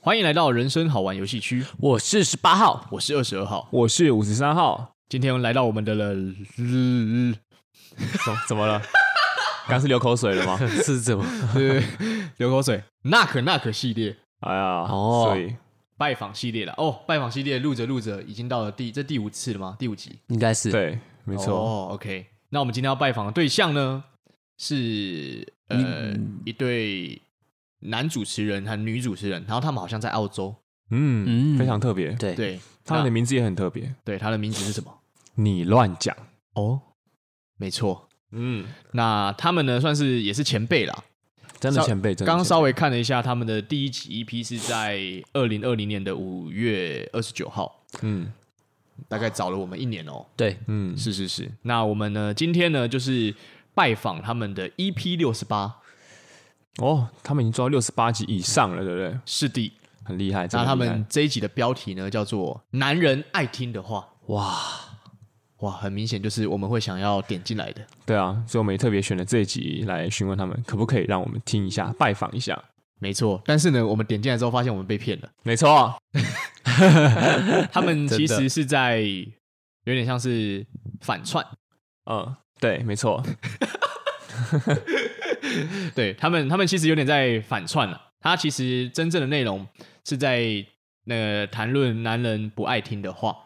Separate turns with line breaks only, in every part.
欢迎来到人生好玩游戏区，
我是十八号，
我是二十二号。
我是五十三号。
今天来到我们的了，呃
怎怎么了？刚是流口水了 吗？
是怎么？
对，呃流口水，那可那可系列
哎呀，
哦
所以
拜访系列了。哦，拜访系列录着录着已经到了第这第五次了吗？第五集。
应该是
对，没错，
哦，OK。那我们今天要拜访的对象呢，是呃
嗯
一对男主持人和女主持人，然后他们好像在澳洲。
嗯，
嗯
非常特别。
对
对，
他们的
那
名字也很特别，
对他的名字是什么？
你乱讲。
哦，没错。
嗯，
那他们呢，算是也是前辈啦。
真的
稍
前辈，真的
刚
前辈
稍微看了一下他们的第一集 EP 是在二零二零年的五月二十九号，
嗯
大概早了我们一年哦。
对，
嗯
是是是。那我们呢，今天呢就是拜访他们的 EP 六十八，
哦，他们已经做到六十八集以上了，对不对？
是的。
很厉害。真
那
的
他
厉
们
害
这一集的标题呢叫做“男人爱听的话
哇，”，
哇，很明显就是我们会想要点进来的。
对啊，所以我们也特别选了这一集来询问他们，可不可以让我们听一下、拜访一下？
没错，但是呢，我们点进来之后发现我们被骗了。
没错，
他 们
真
其
的
实是在有点像是反串，
嗯，对，没错，
对他们，他们其实有点在反串了、他其实真正的内容是在那个谈论男人不爱听的话。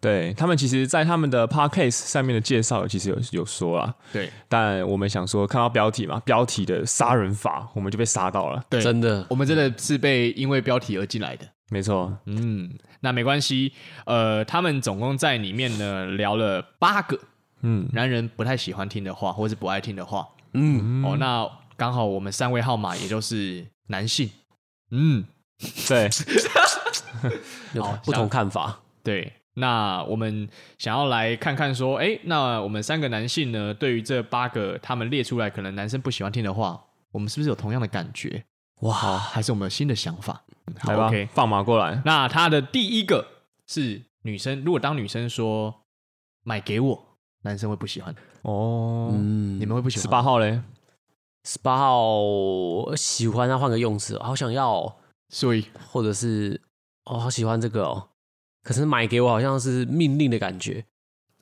对他们其实，在他们的 podcast 上面的介绍，其实有有说啊啦，
对
但我们想说，看到标题嘛，标题的杀人法，我们就被杀到了。
对，
真的
我们真的是被因为标题而进来的。
没错，
嗯，那没关系。呃，他们总共在里面呢聊了八个
嗯，
男人不太喜欢听的话，或是不爱听的话。嗯，哦，那刚好我们三位号码也就是男性。嗯，
对，
有
好
不
下
同看法，
对，那我们想要来看看说，哎，那我们三个男性呢，对于这八个他们列出来可能男生不喜欢听的话，我们是不是有同样的感觉？
哇，
还是我们有新的想法？
来吧
OK
放马过来。
那他的第一个是女生，如果当女生说买给我，男生会不喜欢，
哦，
嗯，
你们会不喜
十
欢？
八号嘞，
十八号喜欢他换个用词，好想要哦，
所以
或者是哦，好喜欢这个哦，可是买给我好像是命令的感觉，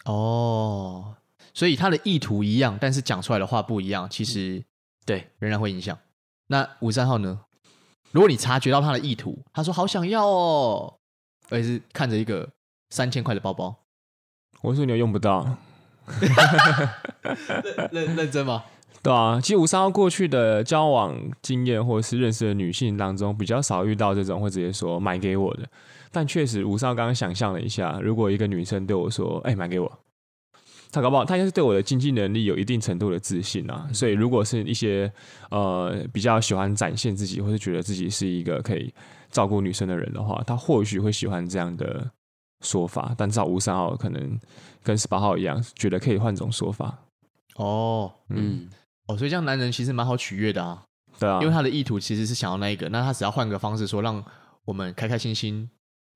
哦，所以他的意图一样，但是讲出来的话不一样，其实
对，
仍然会影响。那五三号呢？如果你察觉到他的意图，他说好想要哦，而且是看着一个三千块的包包，
我说你又用不到。
认认真吗？
对啊，其实五三号过去的交往经验或者是认识的女性当中，比较少遇到这种会直接说买给我的。但确实，五三号刚刚想象了一下，如果一个女生对我说：“哎、买给我”，她搞不好她应该是对我的经济能力有一定程度的自信啊。
嗯
所以，如果是一些呃比较喜欢展现自己，或是觉得自己是一个可以照顾女生的人的话，她或许会喜欢这样的说法。但照五三号可能跟十八号一样，觉得可以换种说法。
哦
嗯
嗯，
哦，所以这样男人其实蛮好取悦的啊，
对啊，
因为他的意图其实是想要那一个，那他只要换个方式说，让我们开开心心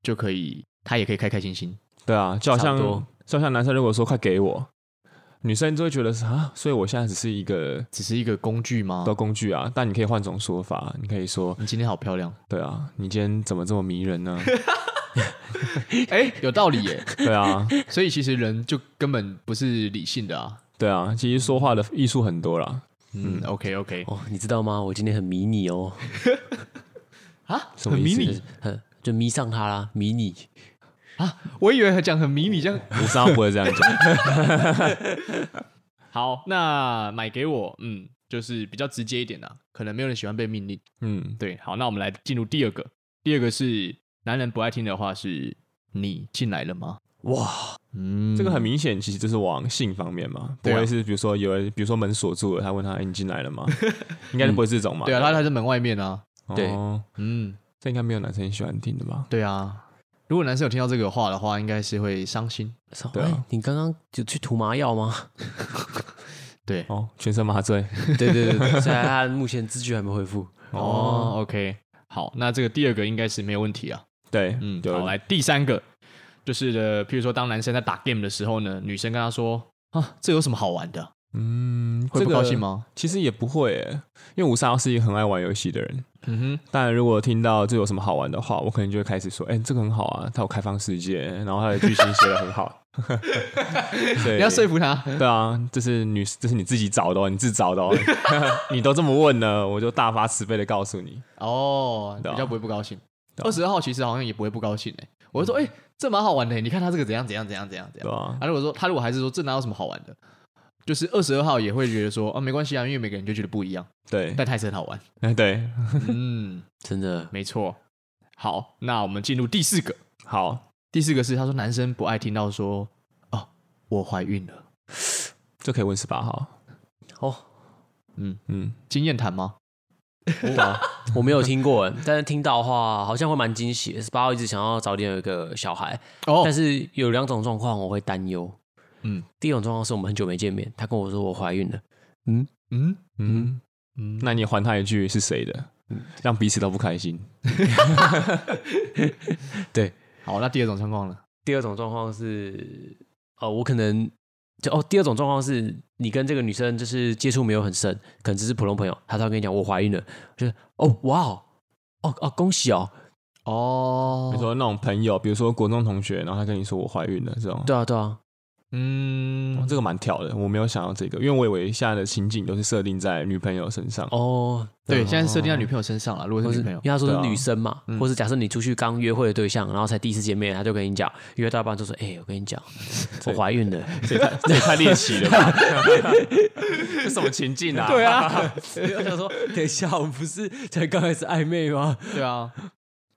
就可以，他也可以开开心心。
对啊，就好
差
像
不多
就好像男生如果说快给我，女生就会觉得是啊，所以我现在只是一个
只是一个工具吗
的？工具啊。但你可以换种说法，你可以说，
你今天好漂亮，
对啊，你今天怎么这么迷人 呢？
哎、有道理耶。
对啊，
所以其实人就根本不是理性的啊。
对啊，其实说话的艺术很多啦。
嗯，OK OK，
哦，你知道吗？我今天很迷你哦，
啊，
什么意思
很迷你
很 就迷上他啦，迷你，
啊，我以为讲很迷你这样。
五三不会这 样讲，
好，那买给我，嗯，就是比较直接一点啦、啊可能没有人喜欢被命令。
嗯，
对，好，那我们来进入第二个，第二个是男人不爱听的话是你进来了吗？
哇，
嗯，
这个很明显，其实就是往性方面嘛，不
对啊
会是比如说有人，比如说门锁住了，他问他、哎你进来 了吗？应该就不会是这种嘛。
对啊，他他在门外面啊，
哦
对
嗯，
这应该没有男生喜欢听的吧？
对啊。如果男生有听到这个话的话，应该是会伤心。
对啊
哎你刚刚有去涂麻 药吗？
对，
哦，全身麻醉，
对对对，对虽然他目前知觉还没恢复，
哦，OK，好，那这个第二个应该是没有问题啊。
对，
嗯，
对
好，来第三个，呃就是的，譬如说当男生在打 game 的时候呢，女生跟他说啊，这有什么好玩的？
嗯，
会
这
不
个
高兴吗？
其实也不会耶，因为五三幺是一个很爱玩游戏的人。
嗯
但如果听到这有什么好玩的话，我可能就会开始说：“哎、这个很好啊，它有开放世界，然后它的剧情写的很好。”
哼，
对，
你要说服他，
对啊，这是女，这是你自己找的、哦，你自找的、哦。 你都这么问了，我就大发慈悲的告诉你，
哦，
对啊
比较不会不高兴。
对啊
二十号其实好像也不会不高兴哎、我就说，哎、这蛮好玩的、你看他这个怎样怎样怎样怎样怎
对
样。
吧、
啊，如果说他如果还是说这哪有什么好玩的，就是二十二号也会觉得说啊没关系啊，因为每个人就觉得不一 样，
对，
但他还是很好玩。
哎对，
嗯，
真的
没错。好，那我们进入第四个。
好，
第四个是他说男生不爱听到说哦我怀孕了，
就可以问十八号。
哦，
嗯，
嗯，
经验谈吗？ 哦
我没有听过，但是听到的话好像会蛮惊喜的。十八号一直想要早点有一个小孩，
哦
但，是有两种状况我会担忧。
嗯
第一种状况是我们很久没见面，他跟我说我怀孕了，
嗯
嗯，
嗯，
那你也还他一句是谁的，让彼此都不开心。
好，那第二种状况呢？
第二种状况是，呃，我可能就哦，第二种状况是你跟这个女生就是接触没有很深，可能只是普通朋友，她突然跟你讲我怀孕了，就是哦哇哦哦哦恭喜哦，
哦
你，说那种朋友，比如说国中同学，然后他跟你说我怀孕了这种，
对啊对啊，
哦
嗯，
这个蛮跳的，我没有想到这个，因为我以为现在的情景都是设定在女朋友身上。
哦
对，
嗯
现在设定在女朋友身上了。如果
或
是
是
女朋
因
友
为，他说是
对啊
女生嘛，
嗯
或是假设你出去刚约会的对象，然后才第一次见面，他就跟你讲约到一半就说：“哎、我跟你讲，我怀孕了。
这 也太这也太猎奇了吧？ 这什么情境啊？”
对，啊， 我想说，等一下，我们不是才刚开始暧昧吗？
对啊。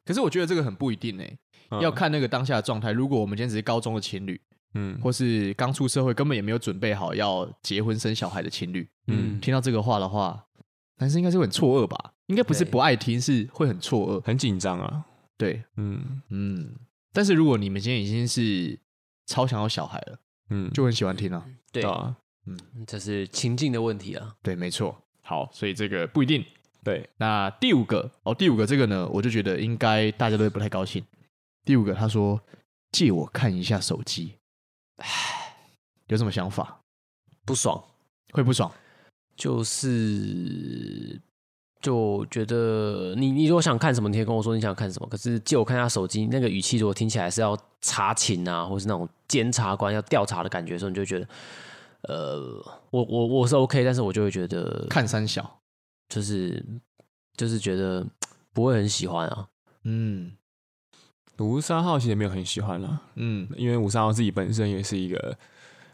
可是我觉得这个很不一定哎，要看那个当下的状态。如果我们今天只是高中的情侣，
嗯
或是刚出社会根本也没有准备好要结婚生小孩的情侣，
嗯，
听到这个话的话，男生应该是会很错愕吧？应该不是
对
不爱听，是会很错愕。
很紧张啊。
对，
嗯
嗯。但是如果你们今天已经是超想要小孩了，
嗯，
就很喜欢听啊。
对，
啊，
这是情境的问题啊。
对，没错。好，所以这个不一定。
对，
那第五个哦，第五个这个呢，我就觉得应该大家都会不太高兴。第五个他说借我看一下手机，唉，有什么想法？
不爽，
会不爽？
就是就觉得你你如果想看什么，你可以跟我说你想看什么。可是借我看一下手机，那个语气如果听起来是要查寝啊，或是那种监察官要调查的感觉的时候，你就会觉得，呃，我我我是 OK，但是我就会觉得
看三小，
就是就是觉得不会很喜欢啊。
嗯
五十三号其实没有很喜欢啊啦，
嗯
因为五十三号自己本身也是一个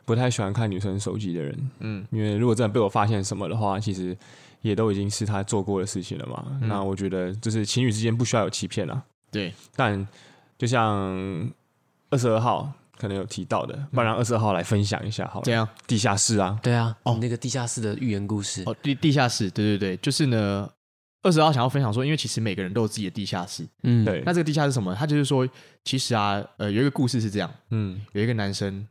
不太喜欢看女生手机的人。
嗯
因为如果真的被我发现什么的话，其实也都已经是他做过的事情了嘛。那我觉得就是情侣之间不需要有欺骗啦。
嗯对，
但就像二十二号可能有提到的，不然让二十二号来分享一下好了。
这样
地下室啊，
对啊，哦，那个地下室的寓言故事，
哦，地地下室，对对对，就是呢。二十号想要分享说，因为其实每个人都有自己的地下室。
嗯，
对，
那这个地下室是什么？他就是说，其实啊，呃，有一个故事是这样：
嗯，
有一个男生，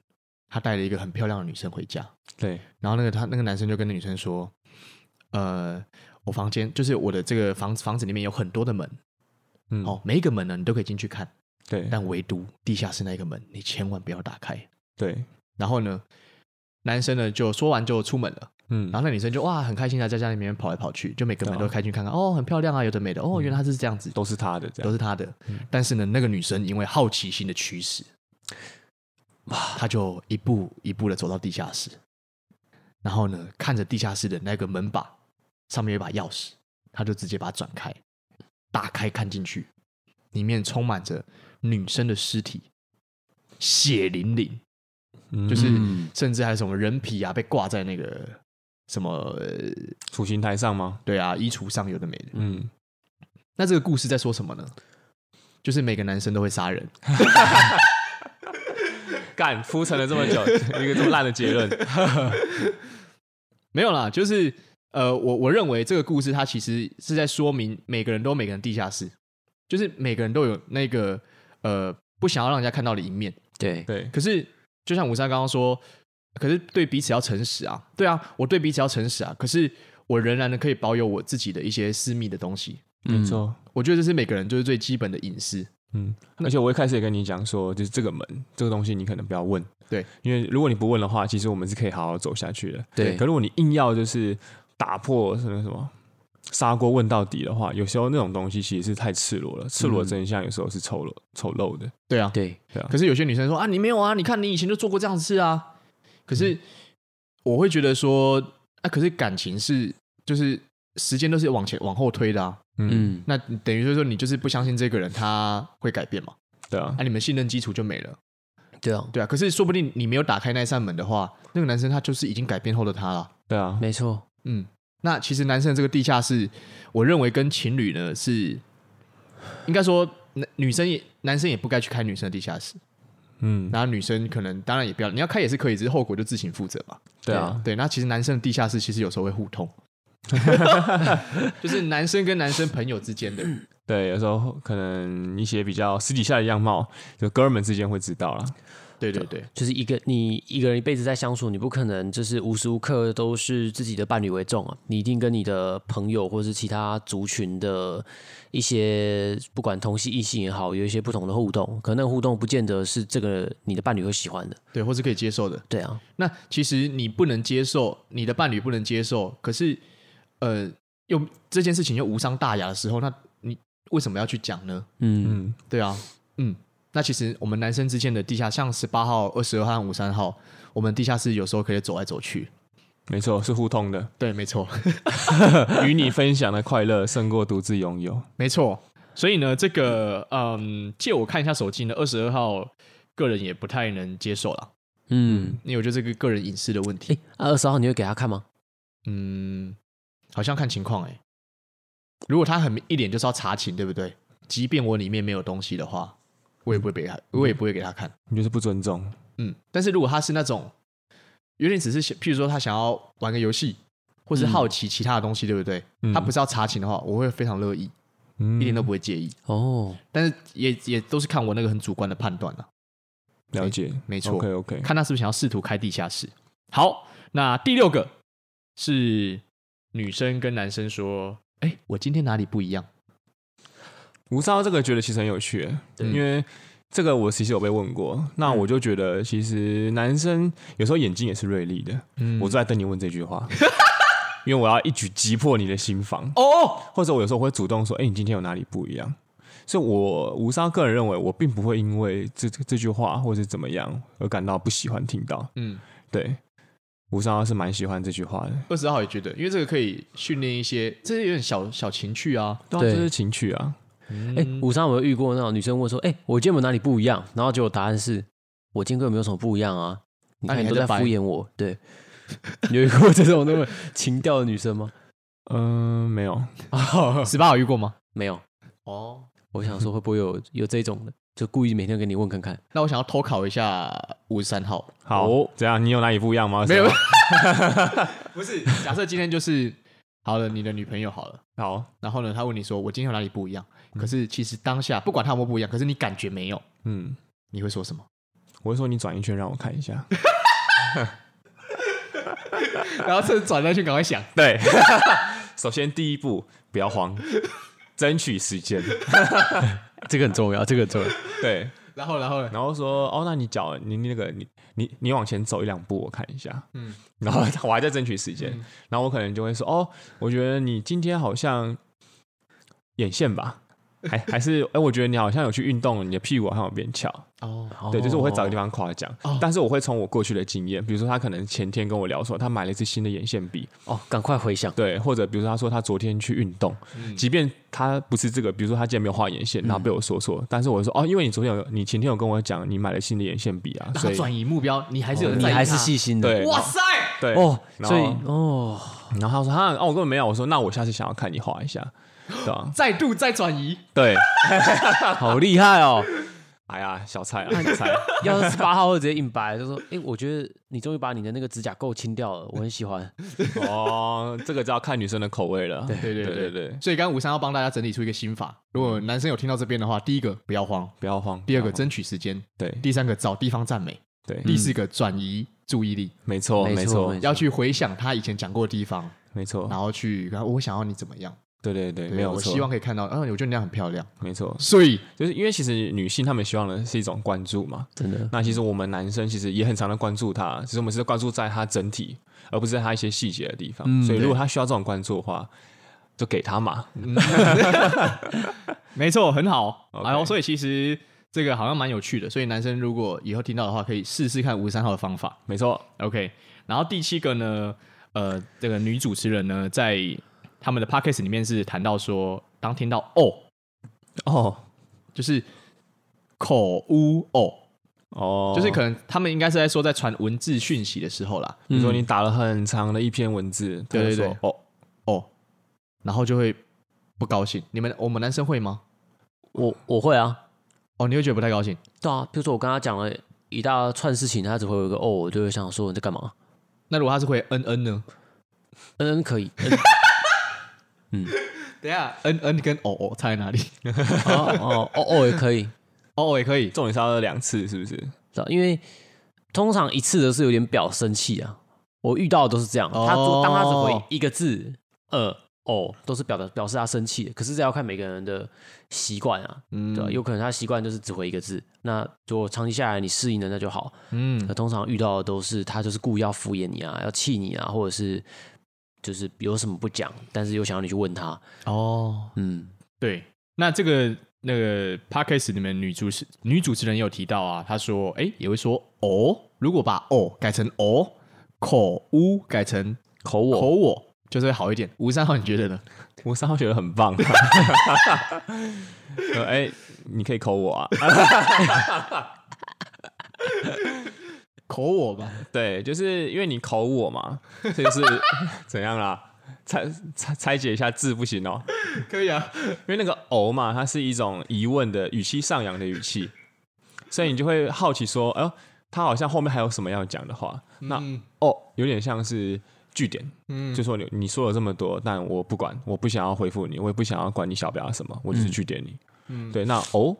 他带了一个很漂亮的女生回家，
对，
然后那个他那个男生就跟那女生说，呃，我房间就是我的这个房子房子里面有很多的门，
嗯，
哦，每一个门呢你都可以进去看，
对，
但唯独地下室那一个门你千万不要打开。
对，
然后呢，男生呢就说完就出门了，
嗯，
然后那女生就哇很开心的啊在家里面跑来跑去，就每个门都开进去看看，哦，很漂亮啊，有的没的，哦，原来他是这样子，
都是他的这
都
样，
是他的。但是呢，那个女生因为好奇心的驱使，她就一步一步的走到地下室，然后呢，看着地下室的那个门把上面有一把钥匙，她就直接把它转开，打开看进去，里面充满着女生的尸体，血淋淋，
嗯
就是
嗯
甚至还有什么人皮啊被挂在那个什么呃
处刑台上吗？
对啊衣橱上有的没的，
嗯，
那这个故事在说什么呢？就是每个男生都会杀人，
干铺陈了这么久， 一个这么烂的结论，
没有啦，就是呃，我我认为这个故事它其实是在说明每个人都有每个人地下室，就是每个人都有那个呃不想要让人家看到的一面。
对
对，
可是就像武三刚刚说，可是对彼此要诚实啊，对啊，我对彼此要诚实啊，可是我仍然呢可以保有我自己的一些私密的东西。
没错，
我觉得这是每个人就是最基本的隐私。
嗯，而且我一开始也跟你讲说，就是这个门这个东西你可能不要问，
对，
因为如果你不问的话，其实我们是可以好好走下去的。
对
可如果你硬要就是打破什么什么砂锅问到底的话，有时候那种东西其实是太赤裸了，赤裸真相有时候是丑陋丑陋的。
对啊，
对，
可是有些女生说啊，你没有啊，你看你以前就做过这样的事啊。可是我会觉得说，啊，可是感情是就是时间都是往前往后推的啊。
嗯，
嗯，
那等于就是说，你就是不相信这个人他会改变嘛？
对啊
啊，，你们信任基础就没了。
对啊，
对啊，可是说不定你没有打开那扇门的话，那个男生他就是已经改变后的他了。
对啊，
没错，
嗯，那其实男生的这个地下室，我认为跟情侣呢是应该说，男女生也男生也不该去开女生的地下室。
嗯，
然后女生可能当然也不要，你要开也是可以，只是后果就自行负责嘛。
对啊，
对，那其实男生的地下室其实有时候会互通，就是男生跟男生朋友之间的，
对，有时候可能一些比较私底下的样貌，就哥们之间会知道啦。
对对对
就是一个你一个人一辈子在相处，你不可能就是无时无刻都是自己的伴侣为重啊，你一定跟你的朋友或是其他族群的一些，不管同性异性也好，有一些不同的互动，可能那个互动不见得是这个你的伴侣会喜欢的，
对，或是可以接受的。
对啊，
那其实你不能接受，你的伴侣不能接受，可是呃，又这件事情又无伤大雅的时候，那你为什么要去讲呢？
嗯，
嗯，
对啊，嗯，那其实我们男生之间的地下，像十八号、二十二号、五三号，我们地下室有时候可以走来走去。
没错，是互通的。
对，没错。
与你分享的快乐胜过独自拥有。
没错。所以呢，这个嗯，借我看一下手机呢，二十二号个人也不太能接受了，
嗯，
因为我觉得这个个人隐私的问题，
哎、二十号你会给他看吗？
嗯，好像看情况哎、如果他很一脸就是要查寝，对不对？即便我里面没有东西的话，我也不会给他，
嗯
我也不会给他看。
你就是不尊重，
嗯，但是如果他是那种有点只是想，譬如说他想要玩个游戏，或是好奇其他的东西，对不对？
嗯
他不是要查寝的话，我会非常乐意，
嗯
一点都不会介意。
哦，
但是也也都是看我那个很主观的判断了。
了解，
没错
OK OK，
看他是不是想要试图开地下室。好，那第六个是女生跟男生说：“哎、我今天哪里不一样
吴少这个觉得其实很有趣，
对嗯
因为这个我其实有被问过，那我就觉得其实男生有时候眼睛也是锐利的，？”
嗯
我
我
就在等你问这句话。 因为我要一举击破你的心房，
哦，
或者我有时候会主动说：“哎、你今天有哪里不一样？”所以我，吴少个人认为，我并不会因为这这这句话或者怎么样而感到不喜欢听到。
嗯，
对，吴少是蛮喜欢这句话的。
二十号也觉得，因为这个可以训练一些，这是有点小小情趣啊。
对啊，
对
这是情趣啊。
嗯
哎、五三我有遇过那种女生问说，哎、我今天有哪里不一样？然后结果答案是，我今天根本没有什么不一样啊，你
那
看
你
你
还
都
在
在敷
掰
衍我，对。 你有遇过这种那么情调的女生吗？
嗯、没有，
十八号遇过吗？
没有，
哦，
我想说会不会有有这种的，就故意每天给你问看看。
那我想要偷考一下五十三号。
好，怎样？你有哪里不一样吗？
哦没有
是吗，
不是，假设今天就是好了，你的女朋友好了，
好，
然后呢，她问你说：“我今天有哪里不一样？”可是其实当下不管她有没有不一样，可是你感觉没有，
嗯，
你会说什么？
我会说你转一圈让我看一下。
然后趁转过去赶快想。
对， 首先第一步不要慌，争取时 间。
这个很重要，这个很重要。
对，
然后，然后呢？
然后说哦，那你脚你你那个你你你往前走一两步，我看一下。
嗯
嗯，然后我还在争取时间，然后我可能就会说哦，我觉得你今天好像眼线吧。 还还是哎、我觉得你好像有去运动，你的屁股好像有变翘。
哦，
对，就是我会找个地
方。
方夸奖，但是我会从我过去的经验，比如说他可能前天跟我聊说他买了一支新的眼线笔，
哦，赶快回想。
对，或者比如说他说他昨天去运动，
嗯
即便他不是这个，比如说他今天没有画眼线，然后被我说错，但是我就说哦，因为你昨天有你前天有跟我讲你买了新的眼线笔啊，
让
所
他
以
转移目标，你还是有在
哦你
意
还是
他
细心的。
对，
哇塞，
对
哦，
然
所以
后
哦，
然后他说啊，哦，我根本没有，我说那我下次想要看你画一下，对啊，
再度再转移，
对，
好厉害哦！
哎呀，小菜啊， 小菜，
要是十八号会直接硬掰，就说：“哎、我觉得你终于把你的那个指甲垢清掉了，我很喜欢。
哦，这个就要看女生的口味了，对
对对
对
对
对
对。所以刚刚五三要帮大家整理出一个心法，如果男生有听到这边的话，第一个不要慌，
不要慌，
第二
不
个
要慌
争取时间，
对
第三个找地方赞美，
对，
第四个转移注意力，
没错
没
没
错
错
没错
要去回想他以前讲过的地方，
没错
然，后去，然后我想要你怎么样，
对对
对
对，哦没有
我
错，
希望可以看到，嗯、我觉得你那样很漂亮，
没错，
所以
就是因为其实女性她们希望的是一种关注嘛。
真的
那其实我们男生其实也很常的关注她，只是我们是关注在她整体，而不是在她一些细节的地方。
嗯
所以如果她需要这种关注的话，就给她嘛。
没错，很好。
OK
然后，所以其实这个好像蛮有趣的，所以男生如果以后听到的话，可以试试看五十三号的方法。
没错，
OK，然后第七个呢，呃，这个女主持人呢，在他们的 podcast 里面是谈到说，当听到哦，
哦
就是口污哦，
哦，
就是可能他们应该是在说在传文字讯息的时候啦，
比如说你打了很长的一篇文字，她
嗯对
就
对
嗯说
对，哦哦，然后就会不高兴。你们我们男生会吗？
我我会啊，
哦，你会觉得不太高兴？
对啊，比如说我跟他讲了一大串事情，他只会有一个哦，我就会想说你在干嘛？
那如果他是会嗯嗯呢？
嗯嗯，可以，嗯
等一下，嗯嗯跟哦哦差在哪里？
哦哦哦哦也可以，
哦哦也可以，
重点是要两次，是不是？
对啊因为通常一次的是有点表生气啊，我遇到的都是这样，
哦
他做当他只回一个字，呃哦，都是表达表示他生气的，可是这要看每个人的习惯啊，
嗯
对吧、有可能他习惯就是只回一个字，那如果长期下来你适应了那就好，
嗯
那通常遇到的都是他就是故意要敷衍你啊，要气你啊，或者是就是有什么不讲，但是又想要你去问他。
哦，
嗯，
对，那这个那个 podcast 里面女主持女主持人也有提到啊，她说，哎、也会说哦，如果把哦改成哦，口乌改成
口
口
我
我，就是会好一点。吴三号，你觉得呢？
我三号觉得很棒。 呃哎、你可以扣我啊！
口我吧，
对，就是因为你口我嘛，这就是 怎样啦？拆拆拆解一下字不行哦，
可以啊。
因为那个“哦”嘛，它是一种疑问的语气上扬的语气，所以你就会好奇说：“哎、呦，他好像后面还有什么要讲的话？”
嗯
那“哦”有点像是句点，嗯，就说你你说了这么多，但我不管，我不想要回复你，我也不想要管你想表达什么，我就是句点你。嗯，对，那“哦”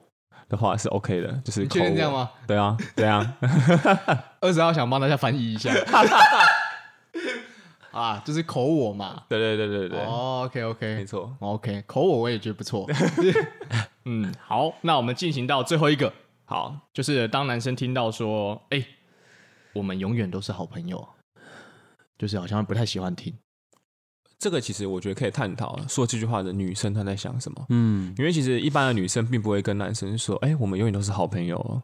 的话是 OK 的，就是
你确定
口
这样
我
吗？
对啊， 对啊，
二十号想帮大家翻译一下 啊，就是口我嘛。
对对对对对，
哦，OK
没
OK
错。
OK，口我我也觉得不错。 嗯，好，那我们进行到最后一个，
好，
就是当男生听到说：“哎、我们永远都是好朋友。”就是好像不太喜欢听，
这个其实我觉得可以探讨说这句话的女生她在想什么。
嗯，
因为其实一般的女生并不会跟男生说，哎、我们永远都是好朋友、哦。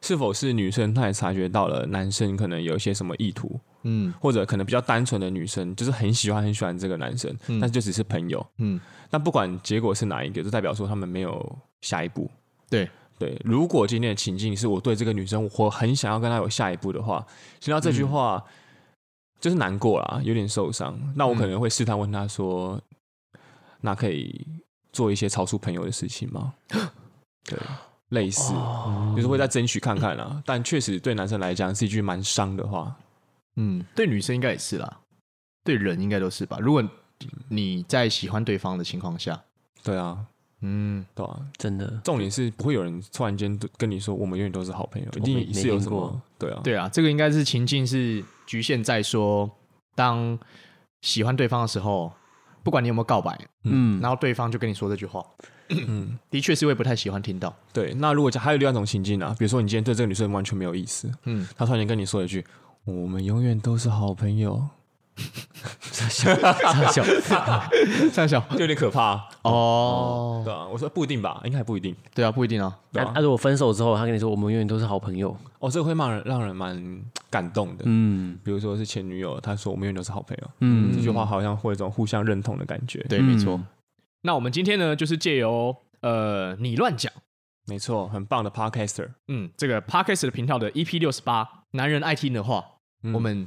是否是女生她也察觉到了男生可能有一些什么意图，
嗯
或者可能比较单纯的女生就是很喜欢很喜欢这个男生，但是就只是朋友。
嗯，
那不管结果是哪一个，就代表说他们没有下一步。
对，
对，如果今天的情境是我对这个女生，我很想要跟她有下一步的话，听到这句话、就是难过啦，有点受伤。那我可能会试探问她说：“那可以做一些超出朋友的事情吗？”对，类似，就是会再争取看看啦。但确实对男生来讲是一句蛮伤的话。
嗯，对女生应该也是啦，对人应该都是吧。如果你在喜欢对方的情况下，
对啊，
嗯，
对啊。
真的，
重点是不会有人突然间跟你说我们永远都是好朋友，一
没
定是有
没听
什么
过
对啊，
对啊，这个应该是情境是局限在说，当喜欢对方的时候，不管你有没有告白，
嗯，
然后对方就跟你说这句话，嗯， 的确是会不太喜欢听到，
对，那如果讲还有另外一种情境啊，比如说你今天对这个女生完全没有意思，
嗯
嗯，她突然间跟你说一句“我们永远都是好朋友
笑
三小”，
就有点可怕，
哦，
对啊，我说不一定吧，应该还不一定。
对啊，不一定啊，
那那如果分手之后，他跟你说我们永远都是好朋友，
哦，这个会让人让人蛮感动的。
嗯
比如说是前女友，她说我们永远都是好朋友，
嗯
这句话好像会有一种互相认同的感觉。，
对，没错。，那我们今天呢，就是借由呃你乱讲，
没错，很棒的 podcaster。
嗯，这个 podcast 的频道的 EP 六十八，男人爱听的话，
嗯
我们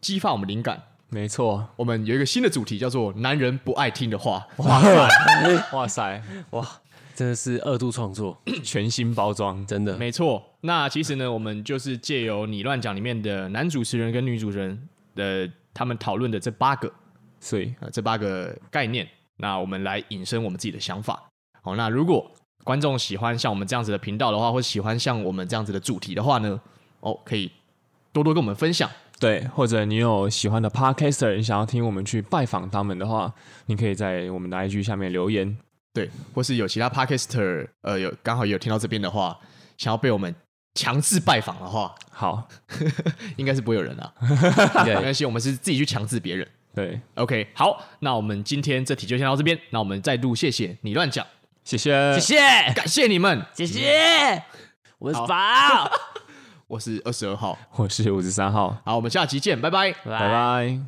激发我们灵感，
没错，
我们有一个新的主题叫做“男人不爱听的话
哇塞，哇塞，
哇，真的是二度创作，
全新包装，
真”。的，
没错，那其实呢，我们就是借由你乱讲里面的男主持人跟女主持人的他们讨论的这八个
所以
呃这八个概念，那我们来引申我们自己的想法。好，那如果观众喜欢像我们这样子的频道的话，或喜欢像我们这样子的主题的话呢，哦，可以多多跟我们分享。
对，或者你有喜欢的 podcaster，你想要听我们去拜访他们的话，你可以在我们的 IG 下面留言。
对，或是有其他 podcaster，呃，有刚好有听到这边的话，想要被我们强制拜访的话，
好，
应该是不会有人啊，没
对，
关系，我们是自己去强制别人。
对，
OK，好，那我们今天这题就先到这边，那我们再度谢谢你乱讲，
谢谢，
谢谢
感谢你们，
谢谢，我是宝，
我是二十二号，
我是五十三号，
好，我们下期见，拜拜。
拜
拜。拜。